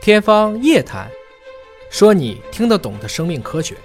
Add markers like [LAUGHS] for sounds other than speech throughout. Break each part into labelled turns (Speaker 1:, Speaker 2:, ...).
Speaker 1: 天方夜谭，说你听得懂的生命科学。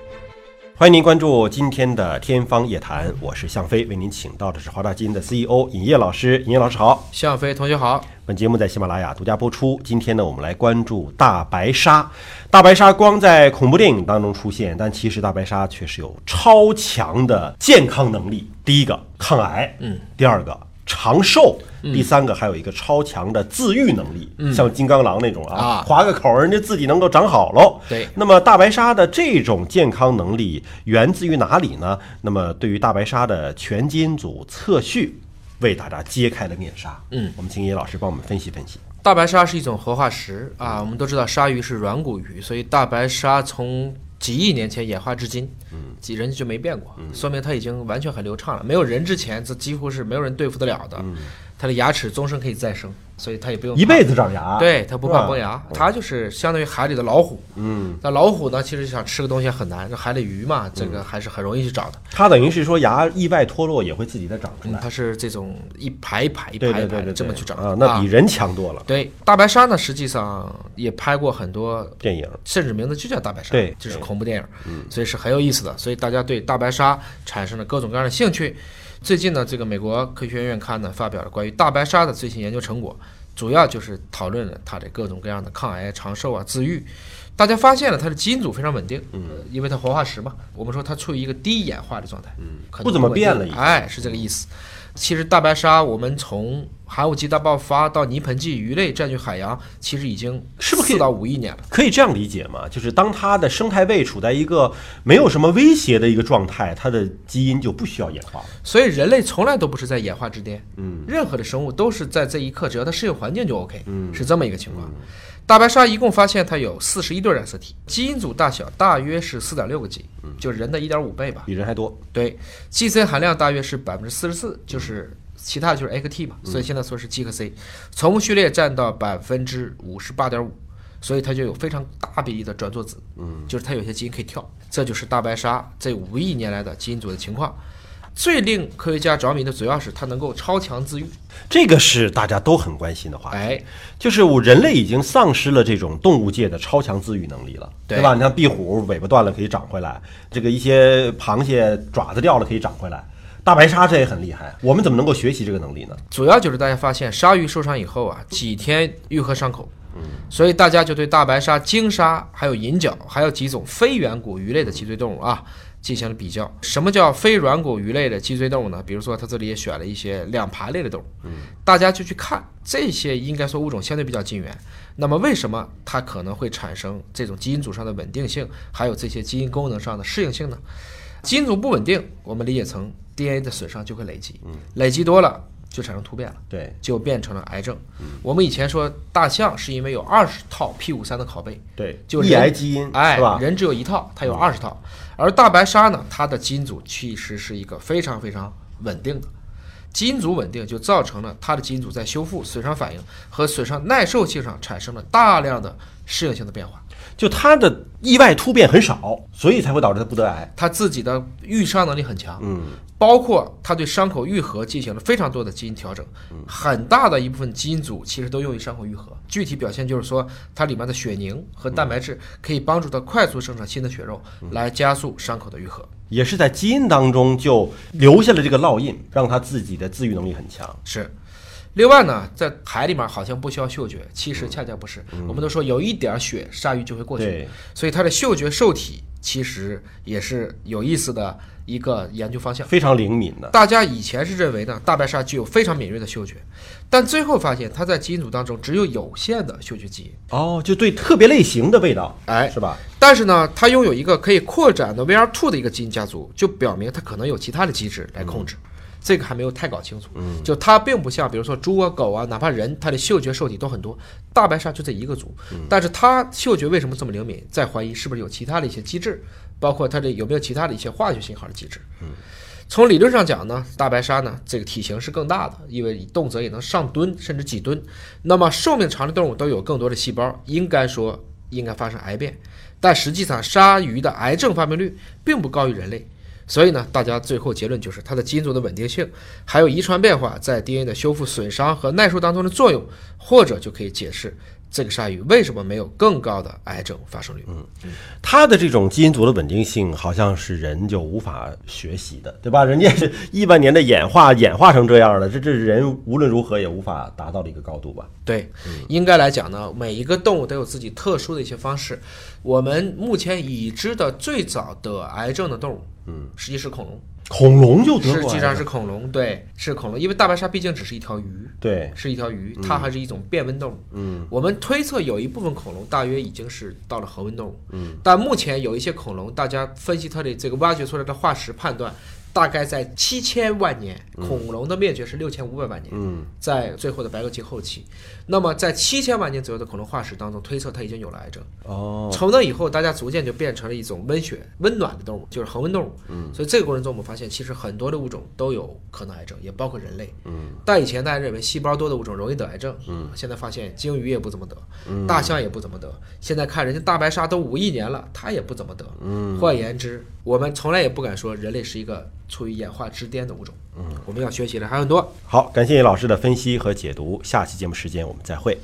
Speaker 2: 欢迎您关注今天的《天方夜谭》，我是向飞，为您请到的是华大基因的 CEO 尹烨老师。尹烨老师好，
Speaker 1: 向飞同学好，
Speaker 2: 本节目在喜马拉雅独家播出。今天呢，我们来关注大白鲨。大白鲨光在恐怖电影当中出现，但其实大白鲨确实有超强的健康能力。第一个抗癌，嗯，第二个长寿，第三个还有一个超强的自愈能力，像金刚狼那种
Speaker 1: 啊
Speaker 2: 嗯啊，划个口儿，人家自己能够长好喽。
Speaker 1: 对
Speaker 2: 那么大白鲨的这种健康能力源自于哪里呢？那么对于大白鲨的全基因组测序，为大家揭开了面纱。嗯，我们请叶老师帮我们分析分析。
Speaker 1: 大白鲨是一种活化石啊，我们都知道鲨鱼是软骨鱼，所以大白鲨从几亿年前演化至今，
Speaker 2: 嗯
Speaker 1: 几人就没变过，说明它已经完全很流畅了。没有人之前，这几乎是没有人对付得了的。
Speaker 2: 嗯
Speaker 1: 它的牙齿终身可以再生，所以它也不用
Speaker 2: 一
Speaker 1: 怕
Speaker 2: 辈子长牙，
Speaker 1: 对，它不
Speaker 2: 是
Speaker 1: 怕
Speaker 2: 吧嗯
Speaker 1: 崩牙，它就是相当于海里的老虎。嗯，那老虎呢，其实想吃个东西很难，这海里鱼嘛，这
Speaker 2: 嗯
Speaker 1: 个还是很容易去找的。
Speaker 2: 它等于是说牙意外脱落也会自己再长出
Speaker 1: 嗯
Speaker 2: 来。
Speaker 1: 它是这种一排一排一
Speaker 2: 对
Speaker 1: 排一
Speaker 2: 对
Speaker 1: 排
Speaker 2: 对
Speaker 1: 的
Speaker 2: 对，
Speaker 1: 这么去长
Speaker 2: 啊，那比人强多了。
Speaker 1: 对大白鲨呢，实际上也拍过很多，
Speaker 2: 电影
Speaker 1: 甚至名字就叫大白鲨，
Speaker 2: 对嗯
Speaker 1: 就是恐怖电影，所以是很有意思的。所以大家对大白鲨产生了各种各样的兴趣。最近呢，这个美国科学院刊呢发表了关于大白鲨的最新研究成果，主要就是讨论了它的各种各样的抗癌、长寿啊、自愈。大家发现了它的基因组非常稳定，嗯，因为它活化石嘛，我们说它处于一个低演化的状态，嗯，
Speaker 2: 不怎么变了已经
Speaker 1: 哎，是这个意思。其实大白鲨，我们从寒武纪大爆发到泥盆纪鱼类占据海洋，其实已经
Speaker 2: 是不是可以
Speaker 1: 四到五亿年了？
Speaker 2: 可以这样理解吗？就是当它的生态位处在一个没有什么威胁的一个状态，它的基因就不需要演化了。
Speaker 1: 所以人类从来都不是在演化之巅，嗯，任何的生物都是在这一刻，只要它适应环境就 OK，嗯，是这么一个情况。大白鲨一共发现它有四十一对染色体，基因组大小大约是四点六个 G，就是人的一点五倍吧。
Speaker 2: 比人还多。
Speaker 1: 对，GC 含量大约是百分之四十四，就是其他就是 A 和 T 嘛，所以现在说是 G 和 C，宠物序列占到百分之五十八点五，所以它就有非常大比例的转座子，嗯，就是它有些基因可以跳，这就是大白鲨这五亿年来的基因组的情况。最令科学家着迷的主要是它能够超强自愈，
Speaker 2: 这个是大家都很关心的话题，
Speaker 1: 哎，
Speaker 2: 就是我人类已经丧失了这种动物界的超强自愈能力了，
Speaker 1: 对
Speaker 2: 对吧？你像壁虎尾巴断了可以长回来，这个一些螃蟹爪子掉了可以长回来，大白鲨这也很厉害。我们怎么能够学习这个能力呢？
Speaker 1: 主要就是大家发现鲨鱼受伤以后啊，几天愈合伤口，所以大家就对大白鲨、鲸鲨、还有银角，还有几种非软骨鱼类的脊椎动物啊进行了比较。什么叫非软骨鱼类的脊椎动物呢？比如说它这里也选了一些两爬类的动物，大家就去看这些，应该说物种相对比较近缘。那么为什么它可能会产生这种基因组上的稳定性，还有这些基因功能上的适应性呢？基因组不稳定，我们理解成 DNA 的损伤就会累积，
Speaker 2: 嗯
Speaker 1: 累积多了就产生突变了。
Speaker 2: 对，
Speaker 1: 就变成了癌症。
Speaker 2: 嗯
Speaker 1: 我们以前说大象是因为有二十套 P 五三的拷贝，
Speaker 2: 对，
Speaker 1: 就
Speaker 2: 抑
Speaker 1: 人
Speaker 2: 癌基因，
Speaker 1: 哎
Speaker 2: 嗯是吧，？嗯
Speaker 1: 人只有一套，它有二十套。而大白鲨呢，它的基因组其实是一个非常非常稳定的，基因组稳定就造成了它的基因组在修复损伤反应和损伤耐受性上产生了大量的适应性的变化。
Speaker 2: 就它的意外突变很少，所以才会导致它不得癌。
Speaker 1: 它自己的愈伤能力很强，嗯，包括它对伤口愈合进行了非常多的基因调整，很大的一部分基因组其实都用于伤口愈合。具体表现就是说，它里面的血凝和蛋白质可以帮助它快速生产新的血肉，来加速伤口的愈合。
Speaker 2: 也是在基因当中就留下了这个烙印，让它自己的自愈能力很强。
Speaker 1: 是。另外呢，在海里面好像不需要嗅觉，其实恰恰不是。我们都说有一点儿血，鲨鱼就会过去
Speaker 2: 对，
Speaker 1: 所以它的嗅觉受体其实也是有意思的一个研究方向。
Speaker 2: 非常灵敏的。
Speaker 1: 大家以前是认为呢，大白鲨具有非常敏锐的嗅觉，但最后发现它在基因组当中只有有限的嗅觉基因。
Speaker 2: 哦，就对特别类型的味道，
Speaker 1: 哎
Speaker 2: 是吧？
Speaker 1: 但是呢，它拥有一个可以扩展的 VR2 的一个基因家族，就表明它可能有其他的机制来控制。这个还没有太搞清楚。嗯，就它并不像比如说猪啊、狗啊，哪怕人，它的嗅觉受体都很多。大白鲨就这一个组，但是它嗅觉为什么这么灵敏？在怀疑是不是有其他的一些机制，包括它这有没有其他的一些化学信号的机制。嗯。从理论上讲呢，大白鲨呢，这个体型是更大的，因为动辄也能上吨甚至几吨。那么寿命长的动物都有更多的细胞，应该说应该发生癌变，但实际上鲨鱼的癌症发病率并不高于人类。所以呢，大家最后结论就是它的基因组的稳定性，还有遗传变化在 DNA 的修复损伤和耐受当中的作用，或者就可以解释这个鲨鱼为什么没有更高的癌症发生率？嗯，
Speaker 2: 它的这种基因组的稳定性，好像是人就无法学习的，对吧？ [LAUGHS] 人家是亿万年的演化，演化成这样了，这这人无论如何也无法达到的一个高度吧？
Speaker 1: 对，
Speaker 2: 嗯
Speaker 1: 应该来讲呢，每一个动物都有自己特殊的一些方式。我们目前已知的最早得癌症的动物，嗯，实际是恐龙，
Speaker 2: 恐龙就得
Speaker 1: 实
Speaker 2: 过
Speaker 1: 际上
Speaker 2: 癌症，
Speaker 1: 是恐龙，对，是恐龙，因为大白鲨毕竟只是一条鱼，
Speaker 2: 对，
Speaker 1: 是一条鱼，它还是一种变温动物。嗯，我们推测有一部分恐龙大约已经是到了恒温动物。嗯，但目前有一些恐龙，大家分析它的这个挖掘出来的化石，判断大概在七千万年，恐龙的灭绝是六千五百万年。嗯，在最后的白垩纪后期，那么在七千万年左右的恐龙化石当中，推测它已经有了癌症。
Speaker 2: 哦，
Speaker 1: 从那以后，大家逐渐就变成了一种温血、温暖的动物，就是恒温动物。嗯，所以这个过程中，我们发现其实很多的物种都有可能癌症，也包括人类。嗯，但以前大家认为细胞多的物种容易得癌症，嗯，现在发现鲸鱼也不怎么得，大象也不怎么得。现在看人家大白鲨都五亿年了，它也不怎么得。嗯，换言之，我们从来也不敢说人类是一个处于演化之巅的物种。嗯，我们要学习的还很多。
Speaker 2: 好，感谢老师的分析和解读，下期节目时间我们再会。